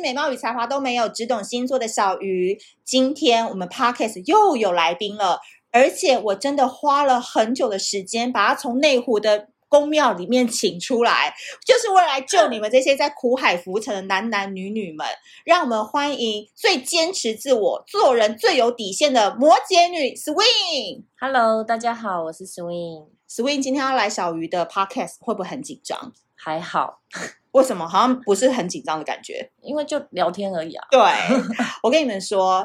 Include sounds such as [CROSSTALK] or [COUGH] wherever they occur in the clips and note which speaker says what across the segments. Speaker 1: 美貌与才华都没有，只懂星座的小鱼。今天我们 podcast 又有来宾了，而且我真的花了很久的时间把他从内湖的宫庙里面请出来，就是为了来救你们这些在苦海浮沉的男男女女们。让我们欢迎最坚持自我、做人最有底线的摩羯女 Swing。
Speaker 2: Hello，大家好，我是 Swing，
Speaker 1: Swing 今天要来小鱼的 podcast，会不会很紧张？
Speaker 2: 还好，
Speaker 1: 为什么好像不是很紧张的感觉？
Speaker 2: 因为就聊天而已啊。
Speaker 1: 对，我跟你们说，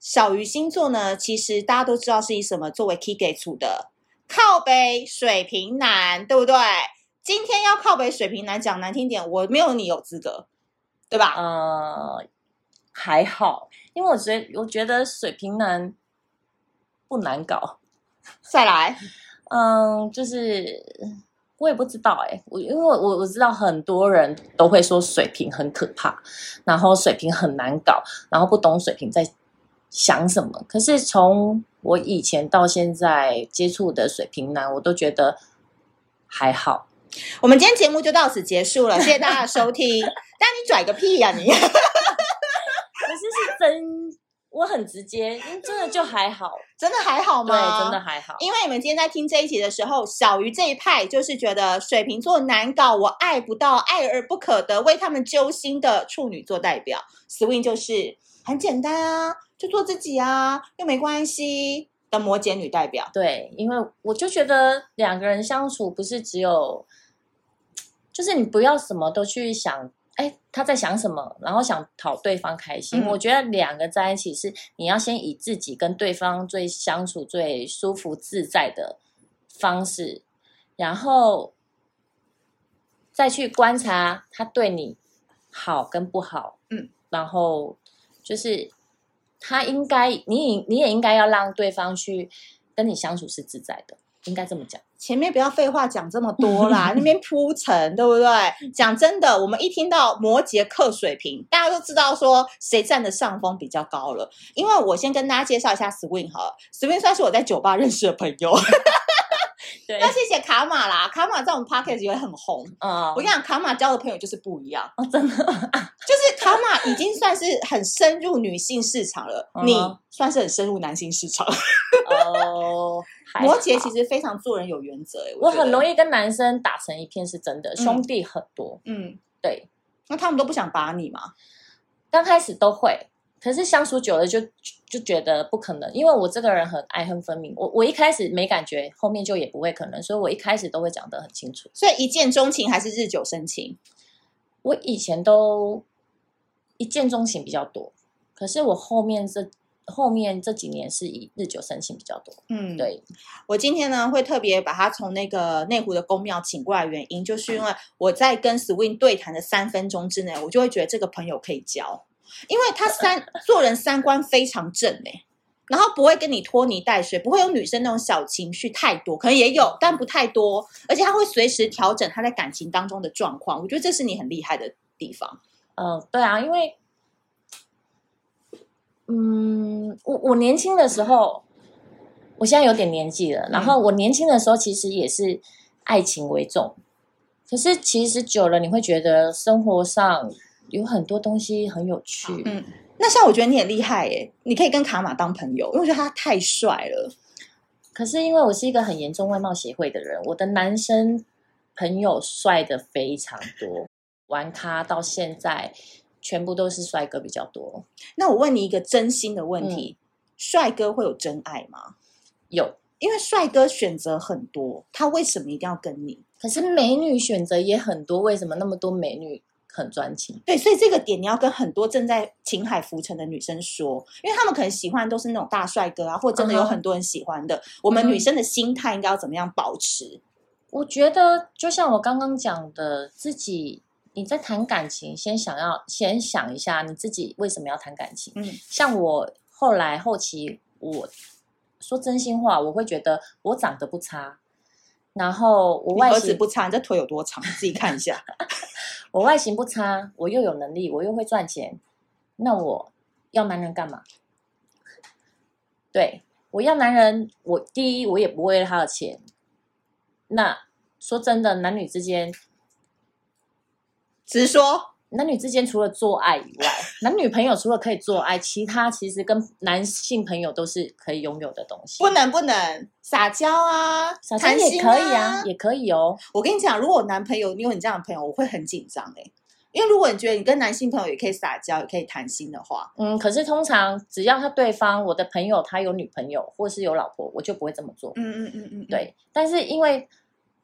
Speaker 1: 小鱼星座呢，其实大家都知道是以什么作为 key 给出的，靠北水瓶男，对不对？今天要靠北水瓶男，讲难听点，我没有你有资格，对吧？
Speaker 2: 呃，还好，因为我觉我觉得水瓶男不难搞，
Speaker 1: 再来，
Speaker 2: 嗯，就是我也不知道哎、我因为我我我知道很多人都会说水瓶很可怕，然后水瓶很难搞，然后不懂水瓶在想什么。可是从我以前到现在接触的水瓶男，我都觉得还好。
Speaker 1: 我们今天节目就到此结束了，谢谢大家的收听。 [LAUGHS] 但你拽个屁呀、你！ [LAUGHS]
Speaker 2: 可是是真，我很直接，因为真的就还好，
Speaker 1: 真的还好
Speaker 2: 对，啊
Speaker 1: 吗？
Speaker 2: 真的。还好。
Speaker 1: 啊因为你们今天在听这一集的时候，小鱼这一派就是觉得水瓶座难搞，我爱不到，爱而不可得，为他们揪心的处女座代表，Swing 就是很简单啊，就做自己啊，又没关系的摩羯女代表。
Speaker 2: 对，因为我就觉得两个人相处不是只有，就是你不要什么都去想，哎，他在想什么，然后想讨对方开心。
Speaker 1: 嗯
Speaker 2: 我觉得两个在一起是你要先以自己跟对方最相处最舒服自在的方式，然后再去观察他对你好跟不好，
Speaker 1: 嗯，
Speaker 2: 然后就是他应该，你也你也应该要让对方去跟你相处是自在的，应该这么讲。
Speaker 1: 前面不要废话讲这么多啦，那边铺陈，对不对？讲真的，我们一听到摩羯克水平，大家都知道说谁占的上风比较高了。因为我先跟大家介绍一下 Swing 好了，Swing 算是我在酒吧认识的朋友。[LAUGHS]
Speaker 2: 对
Speaker 1: 要谢谢卡玛啦，卡玛在我们 podcast 也很红。
Speaker 2: 啊
Speaker 1: 我跟你讲，卡玛交的朋友就是不一样，
Speaker 2: 哦， [LAUGHS] 真的，
Speaker 1: 就是卡玛已经算是很深入女性市场了，
Speaker 2: 嗯哼
Speaker 1: 你算是很深入男性市场。
Speaker 2: 哦，还
Speaker 1: 摩羯
Speaker 2: 好
Speaker 1: 其实非常做人有原则、欸，
Speaker 2: 我很容
Speaker 1: 易，
Speaker 2: 易跟男生打成一片，是真的，兄弟很多，
Speaker 1: 嗯，
Speaker 2: 对，
Speaker 1: 那他们都不想把你嘛，
Speaker 2: 刚开始都会。可是相处久了就就就觉得不可能，因为我这个人很爱恨分明，我我一开始没感觉，后面就也不会可能，所以我一开始都会讲得很清楚。
Speaker 1: 所以一见钟情还是日久生情。
Speaker 2: 我以前都一见钟情比较多，可是我后面这后面这几年是以日久生情比较多。
Speaker 1: 嗯，
Speaker 2: 对，
Speaker 1: 我今天呢会特别把他从那个内湖的公庙请过来，原因就是因为我在跟 Swing 对谈的三分钟之内，我就会觉得这个朋友可以交，因为他三 [LAUGHS] 做人三观非常正哎、然后不会跟你拖泥带水，不会有女生那种小情绪太多，可能也有，但不太多，而且他会随时调整他在感情当中的状况，我觉得这是你很厉害的地方。
Speaker 2: 嗯、对啊，因为，嗯，我我年轻的时候，我现在有点年纪了，然后
Speaker 1: 嗯
Speaker 2: 我年轻的时候其实也是爱情为重，可是其实久了你会觉得生活上有很多东西很有趣，
Speaker 1: 嗯那像我觉得你也厉害哎、你可以跟卡玛当朋友，因为我觉得他太帅了。
Speaker 2: 可是因为我是一个很严重外貌协会的人，我的男生朋友帅的非常多，玩咖到现在全部都是帅哥比较多。
Speaker 1: 那我问你一个真心的
Speaker 2: 嗯
Speaker 1: 问题：帅哥会有真爱吗？
Speaker 2: 有，
Speaker 1: 因为帅哥选择很多，他为什么一定要跟你？
Speaker 2: 可是美女选择也很多，为什么那么多美女很专情？
Speaker 1: 对，所以这个点你要跟很多正在情海浮沉的女生说，因为他们可能喜欢都是那种大帅哥啊，或者真的有
Speaker 2: 嗯哼
Speaker 1: 很多人喜欢的。我们
Speaker 2: 嗯
Speaker 1: 女生的心态应该要怎么样保持？
Speaker 2: 我觉得就像我刚刚讲的，自己你在谈感情，先想要先想一下你自己为什么要谈感情。
Speaker 1: 嗯
Speaker 2: 像我后来后期，我说真心话，我会觉得我长得不差，然后我
Speaker 1: 你
Speaker 2: 外
Speaker 1: 儿子
Speaker 2: 形
Speaker 1: 不差，你这腿有多长？你自己看一下。
Speaker 2: 我外形不差，我又有能力，我又会赚钱，那我要男人干嘛？对，我要男人，我第一我也不为了他的钱。那说真的，男女之间
Speaker 1: 直说，
Speaker 2: 男女之间除了做爱以外，男女朋友除了可以做爱，其他其实跟男性朋友都是可以拥有的东西
Speaker 1: 不。能不能撒娇啊，
Speaker 2: 小三
Speaker 1: 谈
Speaker 2: 也
Speaker 1: 心
Speaker 2: 可以啊，也可以哦。
Speaker 1: 我跟你讲，如果我男朋友你有你这样的朋友，我会很紧张哎、因为如果你觉得你跟男性朋友也可以撒娇，也可以谈心的话，
Speaker 2: 嗯，可是通常只要他对方我的朋友他有女朋友或是有老婆，我就不会这么做。
Speaker 1: 嗯嗯嗯嗯，
Speaker 2: 对，但是因为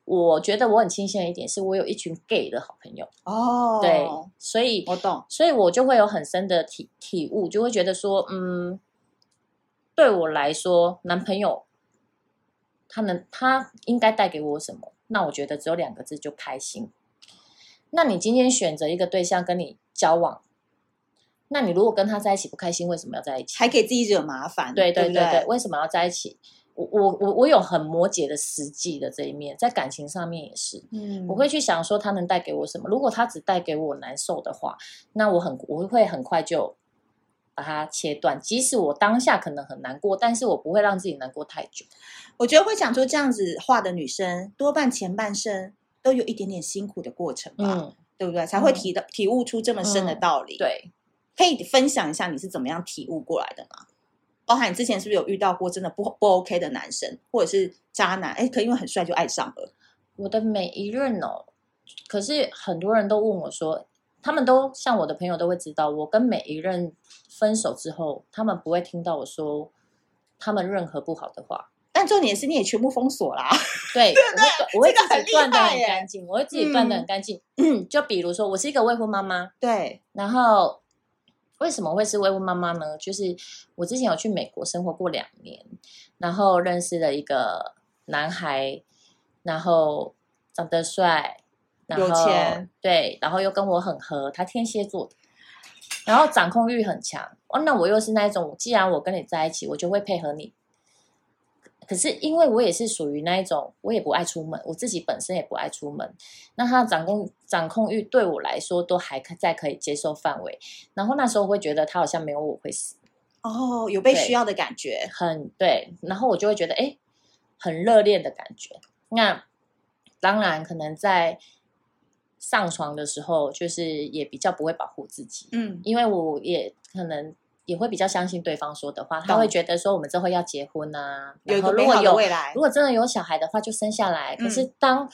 Speaker 2: 我觉得我很庆幸的一点是我有一群 gay 的好朋友，
Speaker 1: 哦，
Speaker 2: 对，所以
Speaker 1: 我懂，
Speaker 2: 所以我就会有很深的体体悟，就会觉得说，嗯，对我来说，男朋友他能他应该带给我什么？那我觉得只有两个字，就开心。那你今天选择一个对象跟你交往，那你如果跟他在一起不开心，为什么要在一起？
Speaker 1: 还给自己惹麻烦，
Speaker 2: 对
Speaker 1: 对
Speaker 2: 对
Speaker 1: 不
Speaker 2: 对对，，为什么要在一起？我我我我有很摩羯的实际的这一面，在感情上面也是，
Speaker 1: 嗯，
Speaker 2: 我会去想说他能带给我什么。如果他只带给我难受的话，那我很我会很快就把它切断。即使我当下可能很难过，但是我不会让自己难过太久。
Speaker 1: 我觉得会讲出这样子话的女生，多半前半生都有一点点辛苦的过程吧，
Speaker 2: 嗯，
Speaker 1: 对不对？才会
Speaker 2: 嗯
Speaker 1: 体的、体悟出这么深的
Speaker 2: 嗯
Speaker 1: 道理。，
Speaker 2: 对，
Speaker 1: 可以分享一下你是怎么样体悟过来的吗？包含你之前是不是有遇到过真的不不 OK 的男生，或者是渣男？哎，可因为很帅就爱上了。
Speaker 2: 我的每一任哦，可是很多人都问我说。他们都像我的朋友都会知道，我跟每一任分手之后，他们不会听到我说他们任何不好的话，
Speaker 1: 但重点是你也全部封锁
Speaker 2: [LAUGHS]
Speaker 1: 啦，
Speaker 2: 对，我会
Speaker 1: 这个
Speaker 2: 我会
Speaker 1: 很
Speaker 2: 自
Speaker 1: 厉
Speaker 2: 己断的
Speaker 1: 害
Speaker 2: 很
Speaker 1: 耶嗯
Speaker 2: 干净，我会自己断的很干净。就比如说，我是一个未婚妈妈，
Speaker 1: 对，
Speaker 2: 然后为什么会是未婚妈妈呢？就是我之前有去美国生活过两年，然后认识了一个男孩，然后长得帅，然后
Speaker 1: 有钱，
Speaker 2: 对，然后又跟我很合，他天蝎座的。然后掌控欲很强哦，那我又是那一种，既然我跟你在一起，我就会配合你。可是因为我也是属于那一种，我也不爱出门，我自己本身也不爱出门，那他的掌控掌控欲对我来说都还可在可以接受范围。然后那时候会觉得他好像没有我会死，
Speaker 1: 哦，有被
Speaker 2: 对
Speaker 1: 需要的感觉，
Speaker 2: 很对，然后我就会觉得哎，诶很热恋的感觉。那当然可能在上床的时候，就是也比较不会保护自己，
Speaker 1: 嗯，
Speaker 2: 因为我也可能。也会比较相信对方说的话，他
Speaker 1: 懂
Speaker 2: 会觉得说我们之后要结婚啊，
Speaker 1: 有一
Speaker 2: 然后
Speaker 1: 个
Speaker 2: 如
Speaker 1: 美
Speaker 2: 果
Speaker 1: 好的
Speaker 2: 有
Speaker 1: 未来
Speaker 2: 如，果真的有小孩的话，就生下来。
Speaker 1: 嗯
Speaker 2: 可是当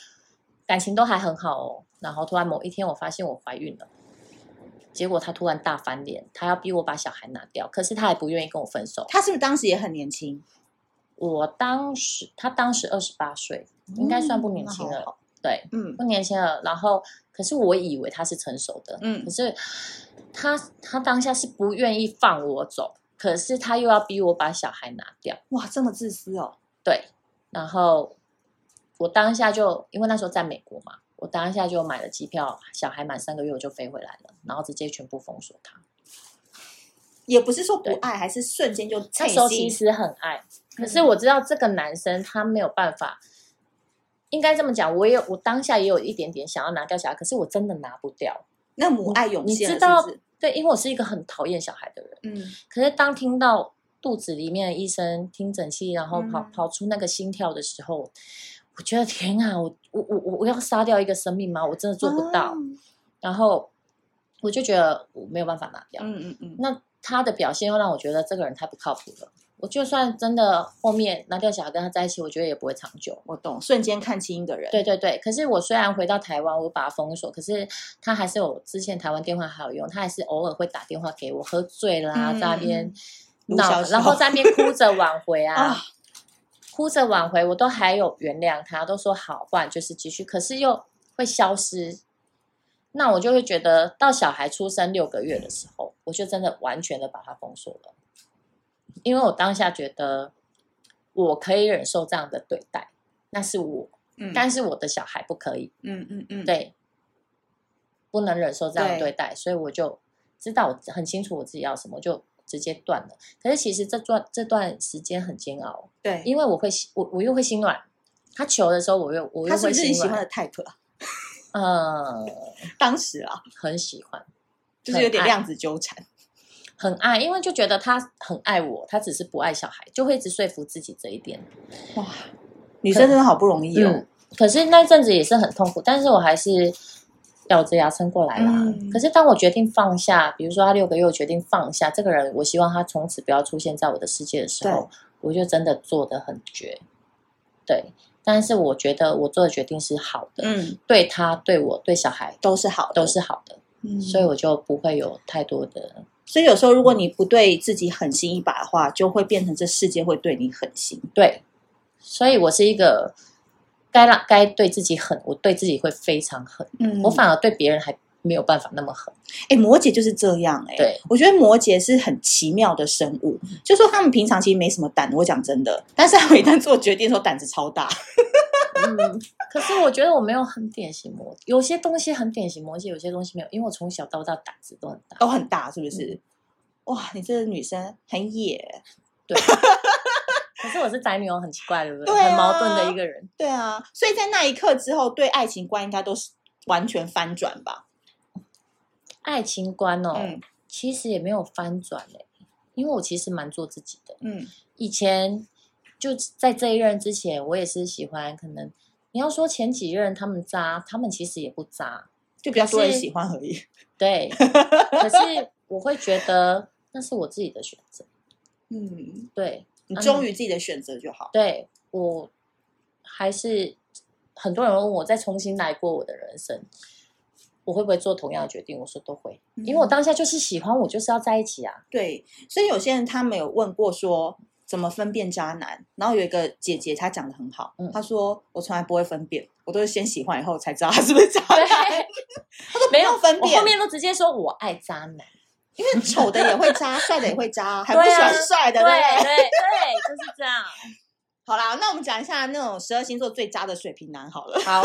Speaker 2: 感情都还很好哦，然后突然某一天我发现我怀孕了，结果他突然大翻脸，他要逼我把小孩拿掉，可是他还不愿意跟我分手。
Speaker 1: 他是不是当时也很年轻？
Speaker 2: 我当时他当时二十八岁，应该算不年轻
Speaker 1: 嗯那
Speaker 2: 了，
Speaker 1: 还好
Speaker 2: 对，
Speaker 1: 嗯
Speaker 2: 不年轻了。然后可是我以为他是成熟的，可
Speaker 1: 嗯，
Speaker 2: 是他他当下是不愿意放我走，可是他又要逼我把小孩拿掉。
Speaker 1: 哇，这么自私哦，
Speaker 2: 对，然后我当下就因为那时候在美国嘛，我当下就买了机票，小孩满三个月我就飞回来了，然后直接全部封锁他。
Speaker 1: 也不是说不
Speaker 2: 对
Speaker 1: 爱，还是瞬间就
Speaker 2: 那
Speaker 1: 退
Speaker 2: 时候
Speaker 1: 心
Speaker 2: 其实很爱，可是
Speaker 1: 嗯
Speaker 2: 我知道这个男生他没有办法。应该这么讲，我也我当下也有一点点想要拿掉小孩，可是我真的拿不掉。
Speaker 1: 那母爱涌
Speaker 2: 你
Speaker 1: 现了，
Speaker 2: 知道
Speaker 1: 是不是？
Speaker 2: 对，因为我是一个很讨厌小孩的人。
Speaker 1: 嗯，
Speaker 2: 可是当听到肚子里面的医生听诊器，然后跑、
Speaker 1: 嗯
Speaker 2: 跑出那个心跳的时候，我觉得天啊，我我我我要杀掉一个生命吗？我真的做不到。
Speaker 1: 哦
Speaker 2: 然后我就觉得我没有办法拿掉。
Speaker 1: 嗯嗯嗯，
Speaker 2: 那他的表现又让我觉得这个人太不靠谱了。我就算真的后面拿掉小孩跟他在一起，我觉得也不会长久。
Speaker 1: 我懂，瞬间看清一个人，
Speaker 2: 对对对，可是我虽然回到台湾，我把它封锁，可是他还是有之前台湾电话还有用，他还是偶尔会打电话给我，喝醉啦，
Speaker 1: 嗯
Speaker 2: 在那边
Speaker 1: 卢
Speaker 2: 闹，
Speaker 1: 小小
Speaker 2: 然后在那边哭着挽回啊
Speaker 1: 啊，
Speaker 2: 哭着挽回，我都还有原谅他，都说好，不然就是继续，可是又会消失。那我就会觉得，到小孩出生六个月的时候，我就真的完全的把它封锁了，因为我当下觉得我可以忍受这样的对待，那是我
Speaker 1: 嗯
Speaker 2: 但是我的小孩不可以，
Speaker 1: 嗯嗯嗯，，
Speaker 2: 对，不能忍受这样的
Speaker 1: 对
Speaker 2: 对待，所以我就知道我很清楚我自己要什么，就直接断了。可是其实这段这段时间很煎熬，
Speaker 1: 对，
Speaker 2: 因为我会心我我又会心软，他求的时候我又我
Speaker 1: 他
Speaker 2: 又
Speaker 1: 是
Speaker 2: 会
Speaker 1: 不是你喜
Speaker 2: 心
Speaker 1: 欢
Speaker 2: 软，
Speaker 1: 的 type 啊？
Speaker 2: 呃，
Speaker 1: 当时啊，
Speaker 2: 很喜欢，
Speaker 1: 就是有点
Speaker 2: 很爱
Speaker 1: 量子纠缠，
Speaker 2: 很爱，因为就觉得他很爱我，他只是不爱小孩，就会一直说服自己这一点。
Speaker 1: 哇，女生真的好不容易哦
Speaker 2: 嗯，，可是那阵子也是很痛苦，但是我还是咬着牙撑过来啦。
Speaker 1: 嗯
Speaker 2: 可是当我决定放下，比如说他六个月，我决定放下这个人，我希望他从此不要出现在我的世界的时候，我就真的做的很绝。对，但是我觉得我做的决定是好的，
Speaker 1: 嗯，
Speaker 2: 对他、对我、对小孩
Speaker 1: 都是好的，
Speaker 2: 都是好的，
Speaker 1: 嗯，
Speaker 2: 所以我就不会有太多的
Speaker 1: 所以有时候如果你不对自己狠心一把的话，就会变成这世界会对你狠心。
Speaker 2: 对，所以我是一个该让该对自己狠，我对自己会非常狠，
Speaker 1: 嗯
Speaker 2: 我反而对别人还没有办法那么狠。
Speaker 1: 哎、摩羯就是这样哎、
Speaker 2: 对，嗯
Speaker 1: 我觉得摩羯是很奇妙的生物，就说他们平常其实没什么胆，我讲真的，但是他们一旦做决定的时候胆子超大。
Speaker 2: 嗯，可是我觉得我没有很典型摩，有些东西很典型摩羯，有些东西没有，因为我从小到大胆子都很大。
Speaker 1: 都很大，是不是？哇，你这个女生很野，
Speaker 2: 对，可是我是宅女哦，很奇怪，对不对？
Speaker 1: 对啊
Speaker 2: 很矛盾的一个人。
Speaker 1: 对啊，所以在那一刻之后，对爱情观应该都是完全翻转吧？
Speaker 2: 爱情观哦，
Speaker 1: 嗯
Speaker 2: 其实也没有翻转诶、因为我其实蛮做自己的。
Speaker 1: 嗯
Speaker 2: 以前就在这一任之前，我也是喜欢，可能你要说前几任他们渣，他们其实也不渣，
Speaker 1: 就比较多
Speaker 2: 可
Speaker 1: 人
Speaker 2: 是
Speaker 1: 喜欢而已。 [LAUGHS]
Speaker 2: 对。可是我会觉得那是我自己的选择，
Speaker 1: 嗯，
Speaker 2: 对
Speaker 1: 你
Speaker 2: 嗯
Speaker 1: 忠于自己的选择就好。
Speaker 2: 对，我还是很多人问我再重新来过我的人生。我会不会做同样的决定？我说都会，因为我
Speaker 1: 嗯
Speaker 2: 当下就是喜欢，我就是要在一
Speaker 1: [LAUGHS]
Speaker 2: 起啊。
Speaker 1: 对，所以有些人他们有问过说怎么分辨渣男，然后有一个姐姐她讲的很好，
Speaker 2: 嗯
Speaker 1: 她说我从来不会分辨，我都是先喜欢以后才知道他是不是渣男，
Speaker 2: 没有
Speaker 1: 用分
Speaker 2: 我
Speaker 1: 辨
Speaker 2: 后面都直接说我爱渣男。
Speaker 1: 因为丑的也会渣，帅的也会
Speaker 2: [LAUGHS]
Speaker 1: 渣，还不
Speaker 2: 对
Speaker 1: 喜欢
Speaker 2: 啊
Speaker 1: 帅的，
Speaker 2: 对
Speaker 1: 不 [LAUGHS]
Speaker 2: 对对，就是这样。
Speaker 1: 好啦，那我们讲一下那种十二星座最渣的水瓶男好了。
Speaker 2: 好，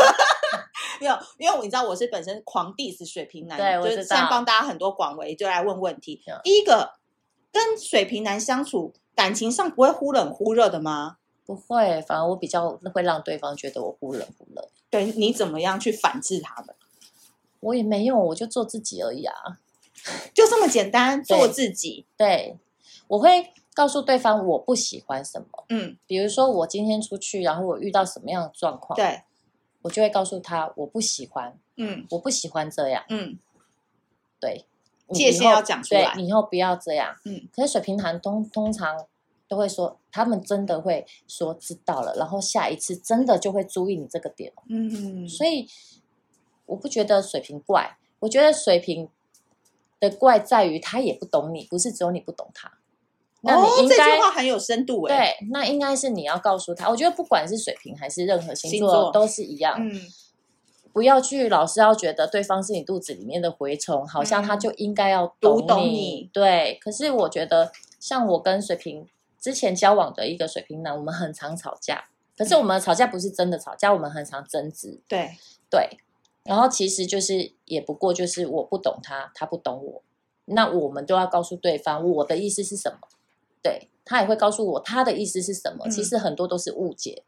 Speaker 1: 没有，因为我你知道我是本身狂 diss 水瓶男，
Speaker 2: 对我
Speaker 1: 就是现
Speaker 2: 知
Speaker 1: 在
Speaker 2: 道
Speaker 1: 帮大家很多广为就来问问题。
Speaker 2: Yeah
Speaker 1: 第一个，跟水瓶男相处，感情上不会忽冷忽热的吗？
Speaker 2: [LAUGHS] 不会，反而我比较会让对方觉得我忽冷忽热。
Speaker 1: 对，你怎么样去反制他们？
Speaker 2: 我也没有，我就做自己而已啊。
Speaker 1: 就这么简单，
Speaker 2: 对
Speaker 1: 做自己。
Speaker 2: 对，我会告诉对方我不喜欢什么，
Speaker 1: 嗯，
Speaker 2: 比如说我今天出去，然后我遇到什么样的状况，
Speaker 1: 对，
Speaker 2: 我就会告诉他我不喜欢，
Speaker 1: 嗯
Speaker 2: 我不喜欢这样。
Speaker 1: 嗯，
Speaker 2: 对，你
Speaker 1: 界
Speaker 2: 以
Speaker 1: 限
Speaker 2: 后
Speaker 1: 要讲出来
Speaker 2: 对，你以后不要这样。
Speaker 1: 嗯，
Speaker 2: 可是水瓶男通通常都会说，他们真的会说知道了，然后下一次真的就会注意你这个点哦。
Speaker 1: 嗯，
Speaker 2: 所以我不觉得水瓶怪，我觉得水瓶的怪在于他也不懂你，不是只有你不懂他。那
Speaker 1: 哦，
Speaker 2: 你应
Speaker 1: 这
Speaker 2: 该、
Speaker 1: 句话很有深度哎、
Speaker 2: 对，那应该是你要告诉他。我觉得不管是水瓶还是任何星
Speaker 1: 星
Speaker 2: 座，
Speaker 1: 座
Speaker 2: 都是一样，
Speaker 1: 嗯，
Speaker 2: 不要去老是要觉得对方是你肚子里面的蛔虫，好像他
Speaker 1: 嗯
Speaker 2: 就应该要
Speaker 1: 读
Speaker 2: 你。
Speaker 1: 懂你
Speaker 2: 对，可是我觉得像我跟水瓶之前交往的一个水瓶男，我们很常吵架。可是我们吵架不是真的吵架，我们很常争执。
Speaker 1: 对，
Speaker 2: 对，然后其实就是也不过就是我不懂他，他不懂我，那我们都要告诉对方我的意思是什么，对他也会告诉我他的意思是什么。
Speaker 1: 嗯
Speaker 2: 其实很多都是误解，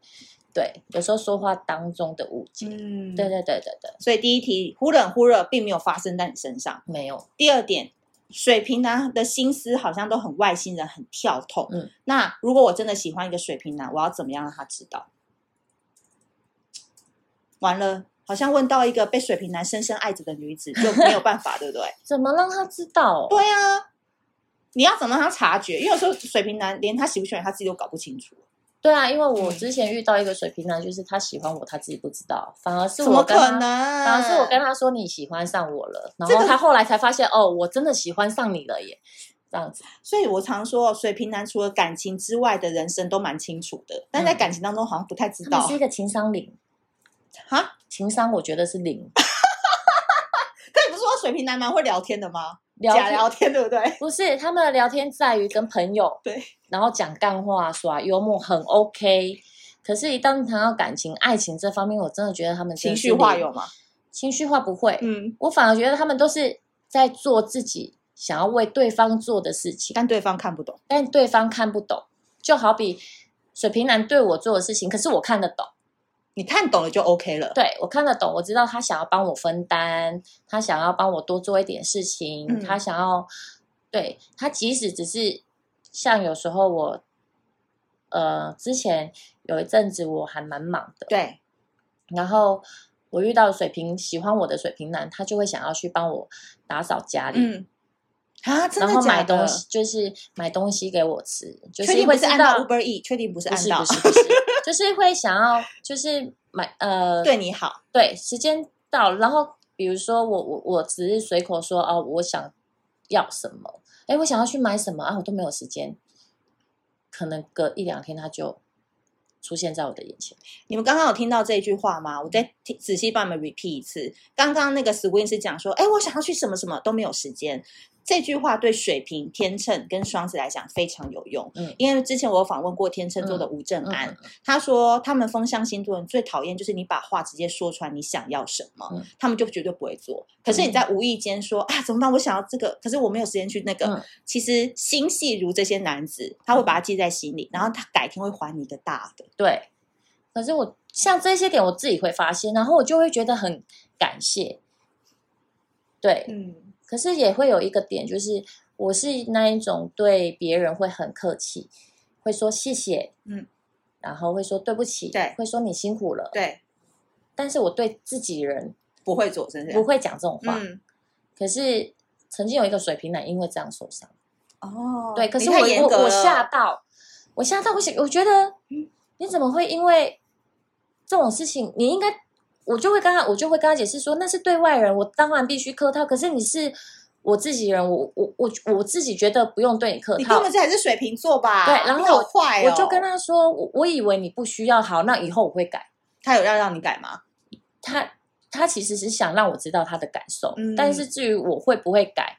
Speaker 2: 对，有时候说话当中的误解，
Speaker 1: 嗯
Speaker 2: 对。对对对对，
Speaker 1: 所以第一题，忽冷忽热并没有发生在你身上。
Speaker 2: 没有，
Speaker 1: 第二点，水瓶男的心思好像都很外星人，很跳痛。
Speaker 2: 嗯，
Speaker 1: 那如果我真的喜欢一个水瓶男，我要怎么样让他知道？完了，好像问到一个被水瓶男深深爱着的女子，就没有办法，对不对？
Speaker 2: 怎么让他知道、
Speaker 1: 对啊，你要怎么让他察觉？因为有时候水瓶男连他喜不喜欢他自己都搞不清楚，
Speaker 2: 对啊，因为我
Speaker 1: 嗯
Speaker 2: 之前遇到一个水瓶男，就是他喜欢我，他自己不知道，反而是
Speaker 1: 怎么
Speaker 2: 我
Speaker 1: 可
Speaker 2: 跟他。
Speaker 1: 能？
Speaker 2: 反而是我跟他说你喜欢上我了，然
Speaker 1: 这
Speaker 2: 后
Speaker 1: 个
Speaker 2: 他后来才发现哦，我真的喜欢上你了耶，这样子。
Speaker 1: 所以我常说，水瓶男除了感情之外的人生都蛮清楚的，但在
Speaker 2: 嗯
Speaker 1: 感情当中好像不太知
Speaker 2: 他
Speaker 1: 道
Speaker 2: 们是一个情商零，
Speaker 1: 哈。
Speaker 2: 情商我觉得是
Speaker 1: [LAUGHS]
Speaker 2: 零，
Speaker 1: 可你不是说水瓶男蛮会聊天的吗？
Speaker 2: 聊
Speaker 1: 假
Speaker 2: 天
Speaker 1: 聊天，对不
Speaker 2: [LAUGHS]
Speaker 1: 对？
Speaker 2: 不是他们的聊天在于跟朋友
Speaker 1: 对，
Speaker 2: 然后讲干话、耍幽默，很 OK。可是，一旦谈到感情、爱情这方面，我真的觉得他们真
Speaker 1: 情
Speaker 2: 的是
Speaker 1: 绪化
Speaker 2: 零
Speaker 1: 有吗？
Speaker 2: 情绪化不会，
Speaker 1: 嗯，
Speaker 2: 我反而觉得他们都是在做自己想要为对方做的事情，
Speaker 1: 但对方看不懂。
Speaker 2: 但对方看不懂。就好比水瓶男对我做的事情，可是我看得懂。
Speaker 1: 你看懂了就 OK 了。
Speaker 2: 对我看得懂，我知道他想要帮我分担，他想要帮我多做一点事情，
Speaker 1: 嗯
Speaker 2: 他想要对他即使只是像有时候我呃之前有一阵子我还蛮忙的，
Speaker 1: 对，
Speaker 2: 然后我遇到水瓶喜欢我的水瓶男，他就会想要去帮我打扫家里，
Speaker 1: 嗯，啊，真
Speaker 2: 然
Speaker 1: 的
Speaker 2: 后
Speaker 1: 假
Speaker 2: 买
Speaker 1: 的
Speaker 2: 东？西就是买东西给我吃，就
Speaker 1: 确定不
Speaker 2: 会
Speaker 1: 是
Speaker 2: 知
Speaker 1: 按
Speaker 2: 道
Speaker 1: 照 Uber E，确定不是
Speaker 2: 不
Speaker 1: 按
Speaker 2: 是
Speaker 1: 照
Speaker 2: 不是不是，就是会想要就是买
Speaker 1: [LAUGHS]
Speaker 2: 呃
Speaker 1: 对你好，
Speaker 2: 对，时间到了，然后比如说我我我只是随口说哦，我想要什么，哎，我想要去买什么啊，我都没有时间，可能隔一两天他就出现在我的眼前。
Speaker 1: 你们刚刚有听到这句话吗？我再听仔细帮你们 repeat 一次。刚刚那个 Swing 是讲说，哎，我想要去什么什么都没有时间。这句话对水瓶、天秤跟双子来讲非常有用，
Speaker 2: 嗯
Speaker 1: 因为之前我有访问过天秤座的吴正安，
Speaker 2: 嗯
Speaker 1: 他说他们风象星座人最讨厌就是你把话直接说出来，你想要什么，
Speaker 2: 嗯
Speaker 1: 他们就绝对不会做。可是你在无意间说、啊，怎么办？我想要这个，可是我没有时间去那个。
Speaker 2: 嗯
Speaker 1: 其实心细如这些男子，他会把它记在心里，然后他改天会还你一个大的。
Speaker 2: 对。可是我像这些点我自己会发现，然后我就会觉得很感谢。对，
Speaker 1: 嗯。
Speaker 2: 可是也会有一个点，就是我是那一种对别人会很客气，会说谢谢，
Speaker 1: 嗯，
Speaker 2: 然后会说对不起，
Speaker 1: 对
Speaker 2: 会说你辛苦了，。
Speaker 1: 对，
Speaker 2: 但是我对自己人
Speaker 1: 不会做，真的
Speaker 2: 不会讲这种话。
Speaker 1: 嗯，
Speaker 2: 可是曾经有一个水瓶男因为这样受伤，
Speaker 1: 哦，
Speaker 2: 对，可是
Speaker 1: 你
Speaker 2: 我
Speaker 1: 太严格
Speaker 2: 我我
Speaker 1: 了
Speaker 2: 吓，到，我吓到，我想我觉得你怎么会因为这种事情，你应该我就会跟他我就会跟他解释说那是对外人，我当然必须客套，可是你是我自己人，我我我我自己觉得不用对你客
Speaker 1: 你
Speaker 2: 套
Speaker 1: 根。本这还是水瓶座吧？
Speaker 2: 对然后
Speaker 1: 你好坏
Speaker 2: 我
Speaker 1: 哦，
Speaker 2: 就跟他说，我我以为你不需要，好，那以后我会改。
Speaker 1: 他有要让你改吗？
Speaker 2: 他他其实是想让我知道他的感受，
Speaker 1: 嗯
Speaker 2: 但是至于我会不会改，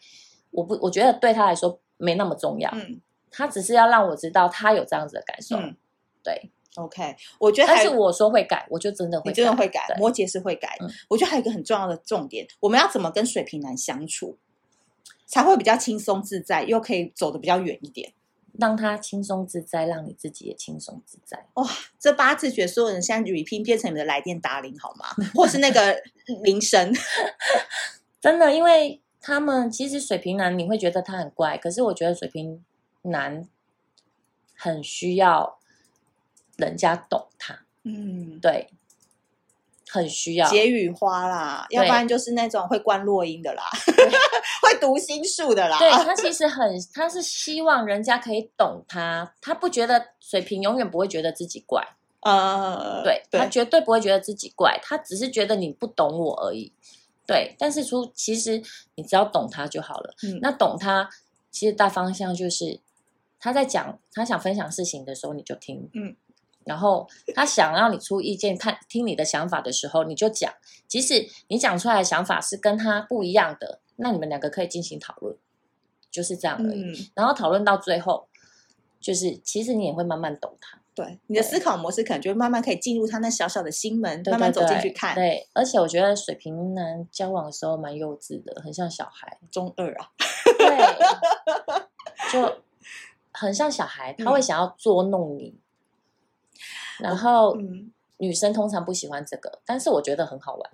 Speaker 2: 我不我觉得对他来说没那么重要，
Speaker 1: 嗯
Speaker 2: 他只是要让我知道他有这样子的感受，
Speaker 1: 嗯
Speaker 2: 对。
Speaker 1: ，OK，我觉得
Speaker 2: 但
Speaker 1: 还
Speaker 2: 是我说会改，我就真的
Speaker 1: 你
Speaker 2: 会改，
Speaker 1: 真的会改，
Speaker 2: 对
Speaker 1: 摩羯是会改的
Speaker 2: 嗯。
Speaker 1: 我觉得还有一个很重要的重点，我们要怎么跟水瓶男相处，才会比较轻松自在，又可以走得比较远一点。
Speaker 2: 让他轻松自在，让你自己也轻松自在。
Speaker 1: 这八字诀，所有人现在 repeat 变成你们的来电打铃好吗？或是那个 [LAUGHS] 铃声？
Speaker 2: 真的，因为他们其实水瓶男你会觉得他很乖，可是我觉得水瓶男很需要人家懂他，
Speaker 1: 嗯，
Speaker 2: 对，很需要。
Speaker 1: 解语花啦，要
Speaker 2: 对
Speaker 1: 不然就是那种会关落音的啦， [LAUGHS] 会读心术的啦。
Speaker 2: 对他其实很，他是希望人家可以懂他，他不觉得水瓶永远不会觉得自己怪，
Speaker 1: 呃，
Speaker 2: 对他
Speaker 1: 对，
Speaker 2: 绝对不会觉得自己怪，他只是觉得你不懂我而已。对，但是出其实你只要懂他就好了。
Speaker 1: 嗯
Speaker 2: 那懂他，其实大方向就是他在讲他想分享事情的时候，你就听，
Speaker 1: 嗯，
Speaker 2: 然后他想让你出意见，看听你的想法的时候，你就讲。即使你讲出来的想法是跟他不一样的，那你们两个可以进行讨论，就是这样而已。
Speaker 1: 嗯，
Speaker 2: 然后讨论到最后，就是其实你也会慢慢懂他，
Speaker 1: 对，你的
Speaker 2: 对
Speaker 1: 思考模式可能就会慢慢可以进入他那小小的心门，
Speaker 2: 对
Speaker 1: 慢慢
Speaker 2: 对
Speaker 1: 走进去
Speaker 2: 对
Speaker 1: 看。
Speaker 2: 对，而且我觉得水瓶男交往的时候蛮幼稚的，很像小
Speaker 1: [LAUGHS]
Speaker 2: 孩，
Speaker 1: 中二啊，
Speaker 2: 对，就很像小孩，他
Speaker 1: 嗯
Speaker 2: 会想要捉弄你。然后
Speaker 1: 嗯，
Speaker 2: 女生通常不喜欢这个，但是我觉得很好玩。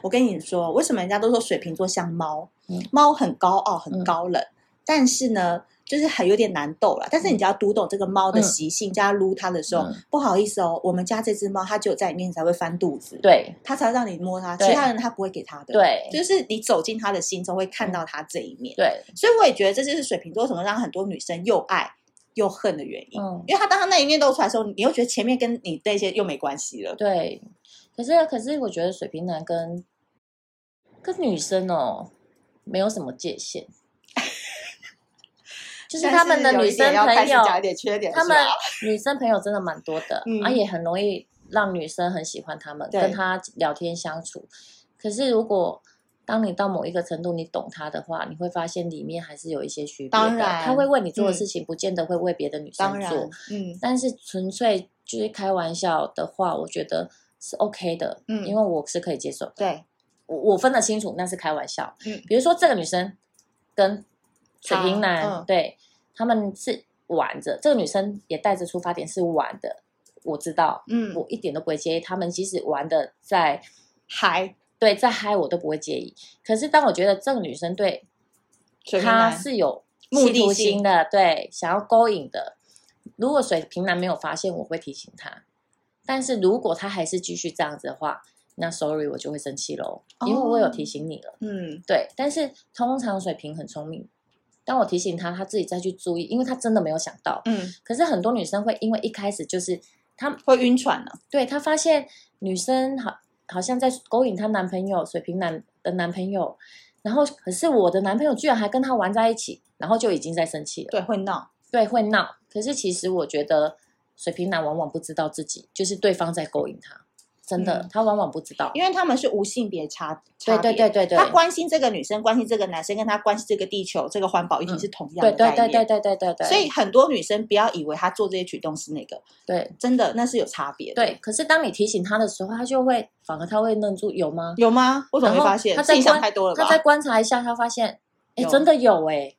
Speaker 1: 我跟你说，为什么人家都说水瓶座像猫
Speaker 2: 嗯？
Speaker 1: 猫很高傲，很
Speaker 2: 嗯
Speaker 1: 高冷，但是呢，就是还有点难斗啦。但是你只要读懂这个猫的
Speaker 2: 嗯
Speaker 1: 习性，加撸它的时候
Speaker 2: 嗯，
Speaker 1: 不好意思哦，我们家这只猫它只有在你面前才会翻肚子，
Speaker 2: 对
Speaker 1: 它才会让你摸它，
Speaker 2: 对
Speaker 1: 其他人它不会给它的。，
Speaker 2: 对嗯
Speaker 1: 就是你走进它的心中，会看到它这一面。
Speaker 2: 对，
Speaker 1: 所以我也觉得这就是水瓶座为什么让很多女生又爱又恨的原因。
Speaker 2: 嗯，
Speaker 1: 因为他当他那一面露出来的时候，你又觉得前面跟你那些又没关系了。
Speaker 2: 对。可是可是，我觉得水瓶男跟跟女生哦，没有什么
Speaker 1: [LAUGHS]
Speaker 2: 界限。就是他们的
Speaker 1: 但是有
Speaker 2: 女
Speaker 1: 一点
Speaker 2: 生
Speaker 1: 要
Speaker 2: 朋
Speaker 1: 开始
Speaker 2: 友，
Speaker 1: 讲一点缺点，
Speaker 2: 他们
Speaker 1: 是吧
Speaker 2: 女生朋友真的蛮多的，
Speaker 1: 嗯
Speaker 2: 啊，也很容易让女生很喜欢他们，
Speaker 1: 对
Speaker 2: 跟他聊天相处。可是如果当你到某一个程度，你懂他的话，你会发现里面还是有一些区别的。
Speaker 1: 当然
Speaker 2: 他会为你做的
Speaker 1: 嗯
Speaker 2: 事情，不见得会为别的女
Speaker 1: 当
Speaker 2: 生
Speaker 1: 然
Speaker 2: 做。，
Speaker 1: 嗯，
Speaker 2: 但是纯粹就是开玩笑的话，我觉得是 OK 的，
Speaker 1: 嗯
Speaker 2: 因为我是可以接受的。
Speaker 1: 对，
Speaker 2: 我我分得清楚那是开玩笑。
Speaker 1: 嗯
Speaker 2: 比如说这个女生跟水
Speaker 1: 她
Speaker 2: 瓶男，
Speaker 1: 嗯
Speaker 2: 对他们是玩着，这个女生也带着出发点是玩的，我知道，
Speaker 1: 嗯，
Speaker 2: 我一点都不会介意。他们即使玩的再
Speaker 1: 还
Speaker 2: 对再嗨，我都不会介意。可是当我觉得这个女生对
Speaker 1: 水瓶
Speaker 2: 他
Speaker 1: 男
Speaker 2: 是有
Speaker 1: 目的
Speaker 2: 企图
Speaker 1: 性
Speaker 2: 心的，对，想要勾引的。如果水瓶男没有发现，我会提醒他。但是如果他还是继续这样子的话，那 sorry 我就会生气喽，因为我有
Speaker 1: 哦
Speaker 2: 提醒你了。
Speaker 1: 嗯，
Speaker 2: 对，但是通常水瓶很聪明，当我提醒他，他自己再去注意，因为他真的没有想到。
Speaker 1: 嗯，
Speaker 2: 可是很多女生会因为一开始就是她
Speaker 1: 会晕船啊呢、
Speaker 2: 对她发现女生好好像在勾引她男朋友水瓶男的男朋友，然后可是我的男朋友居然还跟她玩在一起，然后就已经在生气了。
Speaker 1: 对，会闹。
Speaker 2: 对，会闹。可是其实我觉得水瓶男往往不知道自己就是对方在勾引他，真的，
Speaker 1: 嗯
Speaker 2: 他往往不知道。
Speaker 1: 因为他们是无性别差，
Speaker 2: 对
Speaker 1: 差
Speaker 2: 对
Speaker 1: 别
Speaker 2: 对对对，
Speaker 1: 他关心这个女生，关心这个男生，跟他关心这个地球、这个环保议题
Speaker 2: 嗯
Speaker 1: 是同样
Speaker 2: 对
Speaker 1: 的
Speaker 2: 对
Speaker 1: 概
Speaker 2: 对对
Speaker 1: 念
Speaker 2: 对对对对，
Speaker 1: 所以很多女生不要以为她做这些举动是那个，
Speaker 2: 对
Speaker 1: 真的那是有差别的。
Speaker 2: 对。可是当你提醒他的时候，他就会反而他会愣住，有吗？
Speaker 1: 有吗？我怎么
Speaker 2: 然
Speaker 1: 没
Speaker 2: 后
Speaker 1: 发现？
Speaker 2: 他
Speaker 1: 自
Speaker 2: 再
Speaker 1: 己想
Speaker 2: 观
Speaker 1: 太多了吧
Speaker 2: 他？再观察一下，他发现，哎，
Speaker 1: 有
Speaker 2: 真的有哎、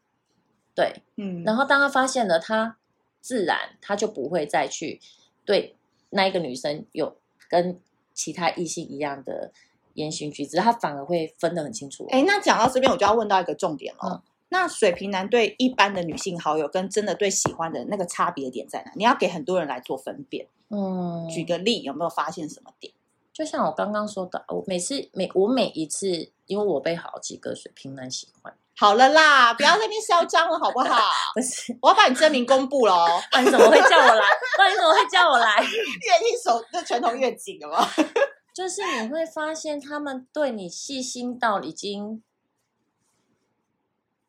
Speaker 2: 对。
Speaker 1: 嗯，
Speaker 2: 然后当他发现了，他自然他就不会再去对那一个女生有跟其他异性一样的言行举止，他反而会分得很清楚。
Speaker 1: 哎，那讲到这边，我就要问到一个重点了。
Speaker 2: 嗯
Speaker 1: 那水瓶男对一般的女性好友跟真的对喜欢的那个差别点在哪？你要给很多人来做分辨。
Speaker 2: 嗯，
Speaker 1: 举个例，有没有发现什么点？
Speaker 2: 就像我刚刚说的，我每次每我每一次，因为我被好几个水瓶男喜欢， [LAUGHS]
Speaker 1: 好了啦，不要在那边嚣张了，好不好？ [LAUGHS]
Speaker 2: 不是？
Speaker 1: 我要把你真名公布哦喽，
Speaker 2: [LAUGHS] 不然你怎么会叫我来？不然你怎么会叫我来？
Speaker 1: 越一手这拳头越紧了吗？
Speaker 2: 就是你会发现他们对你细心到已经，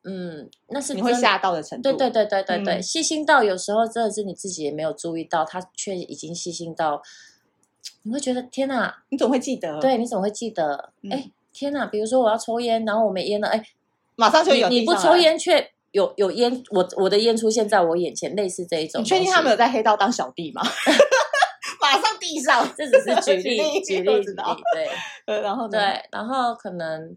Speaker 2: 嗯，那是
Speaker 1: 你会
Speaker 2: 真的
Speaker 1: 吓到的程度。
Speaker 2: 对对对对对对，
Speaker 1: 嗯
Speaker 2: 细心到有时候真的是你自己也没有注意到，他却已经细心到，你会觉得天哪，
Speaker 1: 你总会记得，，
Speaker 2: 对，你怎么会记得？
Speaker 1: 嗯
Speaker 2: 哎、天哪！比如说我要抽烟，然后我没烟了，哎，
Speaker 1: 马上就有
Speaker 2: 你你
Speaker 1: 递
Speaker 2: 不
Speaker 1: 上
Speaker 2: 抽
Speaker 1: 来，
Speaker 2: 烟却有有烟，我我的烟出现在我眼前，类似这一种
Speaker 1: 你
Speaker 2: 东西。
Speaker 1: 确定他们有在黑道当小弟
Speaker 2: [LAUGHS]
Speaker 1: 吗？马上递上， [LAUGHS]
Speaker 2: 这只是举
Speaker 1: 举例
Speaker 2: 例，举
Speaker 1: 我
Speaker 2: 例，举
Speaker 1: 知
Speaker 2: 例
Speaker 1: 道，
Speaker 2: 对。
Speaker 1: 呃，然后呢？
Speaker 2: 对，然后可能，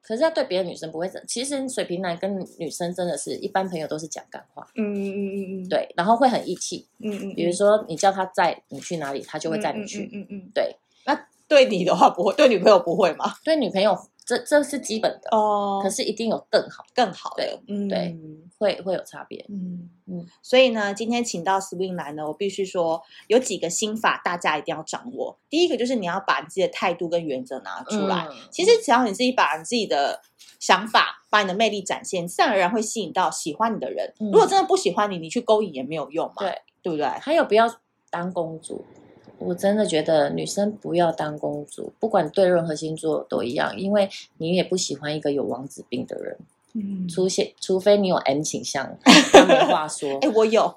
Speaker 2: 可是他对别的女生不会这，其实水瓶男跟女生真的是一般朋友都是讲干话，
Speaker 1: 嗯嗯嗯嗯嗯，
Speaker 2: 对，然后会很义气。
Speaker 1: 嗯，嗯嗯，
Speaker 2: 比如说你叫他载你去哪里，他就会载你去。
Speaker 1: 嗯嗯嗯嗯，
Speaker 2: 对，
Speaker 1: 对你的话不会，对女朋友不会吗？
Speaker 2: 对女朋友这这是基本的，
Speaker 1: 哦
Speaker 2: 可是一定有更好，
Speaker 1: 更好的
Speaker 2: 对，
Speaker 1: 嗯，
Speaker 2: 对，会会有差别。
Speaker 1: 嗯嗯
Speaker 2: 嗯，
Speaker 1: 所以呢，今天请到 Swing 来呢，我必须说有几个心法大家一定要掌握。第一个就是你要把你自己的态度跟原则拿出来。
Speaker 2: 嗯
Speaker 1: 其实只要你自己把你自己的想法、把你的魅力展现，自然而然会吸引到喜欢你的人。
Speaker 2: 嗯
Speaker 1: 如果真的不喜欢你，你去勾引也没有用嘛，
Speaker 2: 对，
Speaker 1: 对不对？
Speaker 2: 还有不要当公主。我真的觉得女生不要当公主，不管对任何星座都一样，因为你也不喜欢一个有王子病的人，
Speaker 1: 嗯
Speaker 2: 除非除非你有 M 倾向，那没话说。
Speaker 1: [LAUGHS] 哎、我有，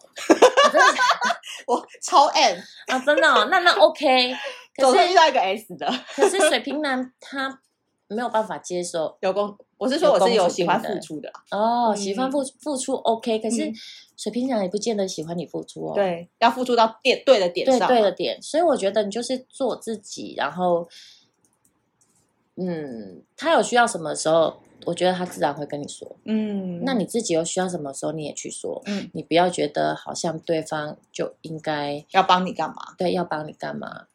Speaker 1: 我超
Speaker 2: [LAUGHS]
Speaker 1: M，
Speaker 2: 啊，真的哦、那那 OK。可
Speaker 1: 总是遇
Speaker 2: 是
Speaker 1: 到一个 S 的。 [LAUGHS]
Speaker 2: 可是水瓶男他没有办法接受
Speaker 1: 有公，我是说我是
Speaker 2: 有
Speaker 1: 有
Speaker 2: 公主
Speaker 1: 喜欢
Speaker 2: 病
Speaker 1: 付
Speaker 2: 的
Speaker 1: 出的啦，
Speaker 2: 哦，
Speaker 1: 嗯
Speaker 2: 喜欢付付出 OK，可是
Speaker 1: 嗯
Speaker 2: 水瓶男也不见得喜欢你付出哦。
Speaker 1: 对，要付出到点对的点
Speaker 2: 对
Speaker 1: 上嘛，
Speaker 2: 对的点，所以我觉得你就是做自己，然后，嗯，他有需要什么时候，我觉得他自然会跟你说。
Speaker 1: 嗯，
Speaker 2: 那你自己有需要什么时候，你也去说。
Speaker 1: 嗯
Speaker 2: 你不要觉得好像对方就应该
Speaker 1: 要帮你干嘛？
Speaker 2: 对要帮你干嘛。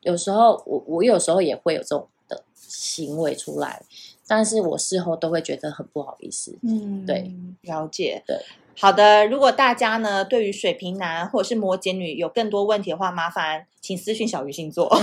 Speaker 2: 有时候我我有时候也会有这种的行为出来，但是我事后都会觉得很不好意思。
Speaker 1: 嗯
Speaker 2: 对，
Speaker 1: 了解，
Speaker 2: 对。
Speaker 1: 好的，如果大家呢对于水瓶男或者是摩羯女有更多问题的话，麻烦请私讯小鱼星座， [LAUGHS] 我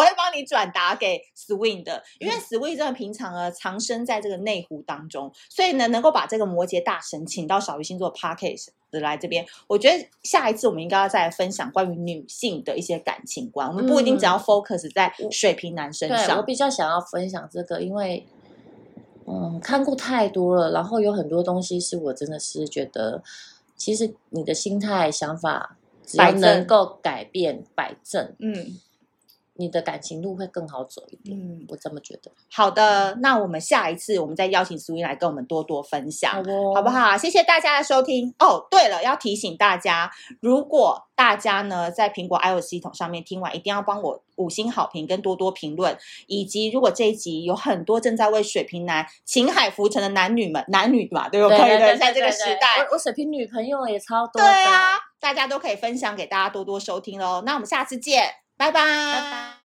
Speaker 1: 会帮你转达给 Swing 的。因
Speaker 2: 嗯
Speaker 1: 为 Swing 真的平常呢藏身在这个内湖当中，所以呢能够把这个摩羯大神请到小鱼星座 Podcast 来这边，我觉得下一次我们应该要再来分享关于女性的一些感情观，我们不一定只要 focus 在水瓶男身
Speaker 2: 嗯对我
Speaker 1: 上。
Speaker 2: 比较想要分享这个，因为嗯，看过太多了，然后有很多东西是我真的是觉得，其实你的心态、想法，只
Speaker 1: 摆
Speaker 2: 要
Speaker 1: 正
Speaker 2: 能够改变、摆正，
Speaker 1: 嗯
Speaker 2: 你的感情路会更好走一点。
Speaker 1: 嗯，
Speaker 2: 我这么觉得，
Speaker 1: 好的，那我们下一次我们再邀请苏英来跟我们多多分享，
Speaker 2: 哦
Speaker 1: 好不？好？谢谢大家的收听。哦，对了，要提醒大家，如果大家呢在苹果 iOS 系统上面听完，一定要帮我五星好评跟多多评论，以及如果这一集有很多正在为水瓶男、情海浮沉的男女们、男女嘛，对不
Speaker 2: 对
Speaker 1: 对？
Speaker 2: 对对，
Speaker 1: 在这
Speaker 2: 对
Speaker 1: 个
Speaker 2: 对
Speaker 1: 时
Speaker 2: 对
Speaker 1: 代，
Speaker 2: 我我水瓶女朋友也超多
Speaker 1: 对啊
Speaker 2: 的。
Speaker 1: 啊，大家都可以分享给大家多多收听喽。那我们下次见，拜拜
Speaker 2: 拜拜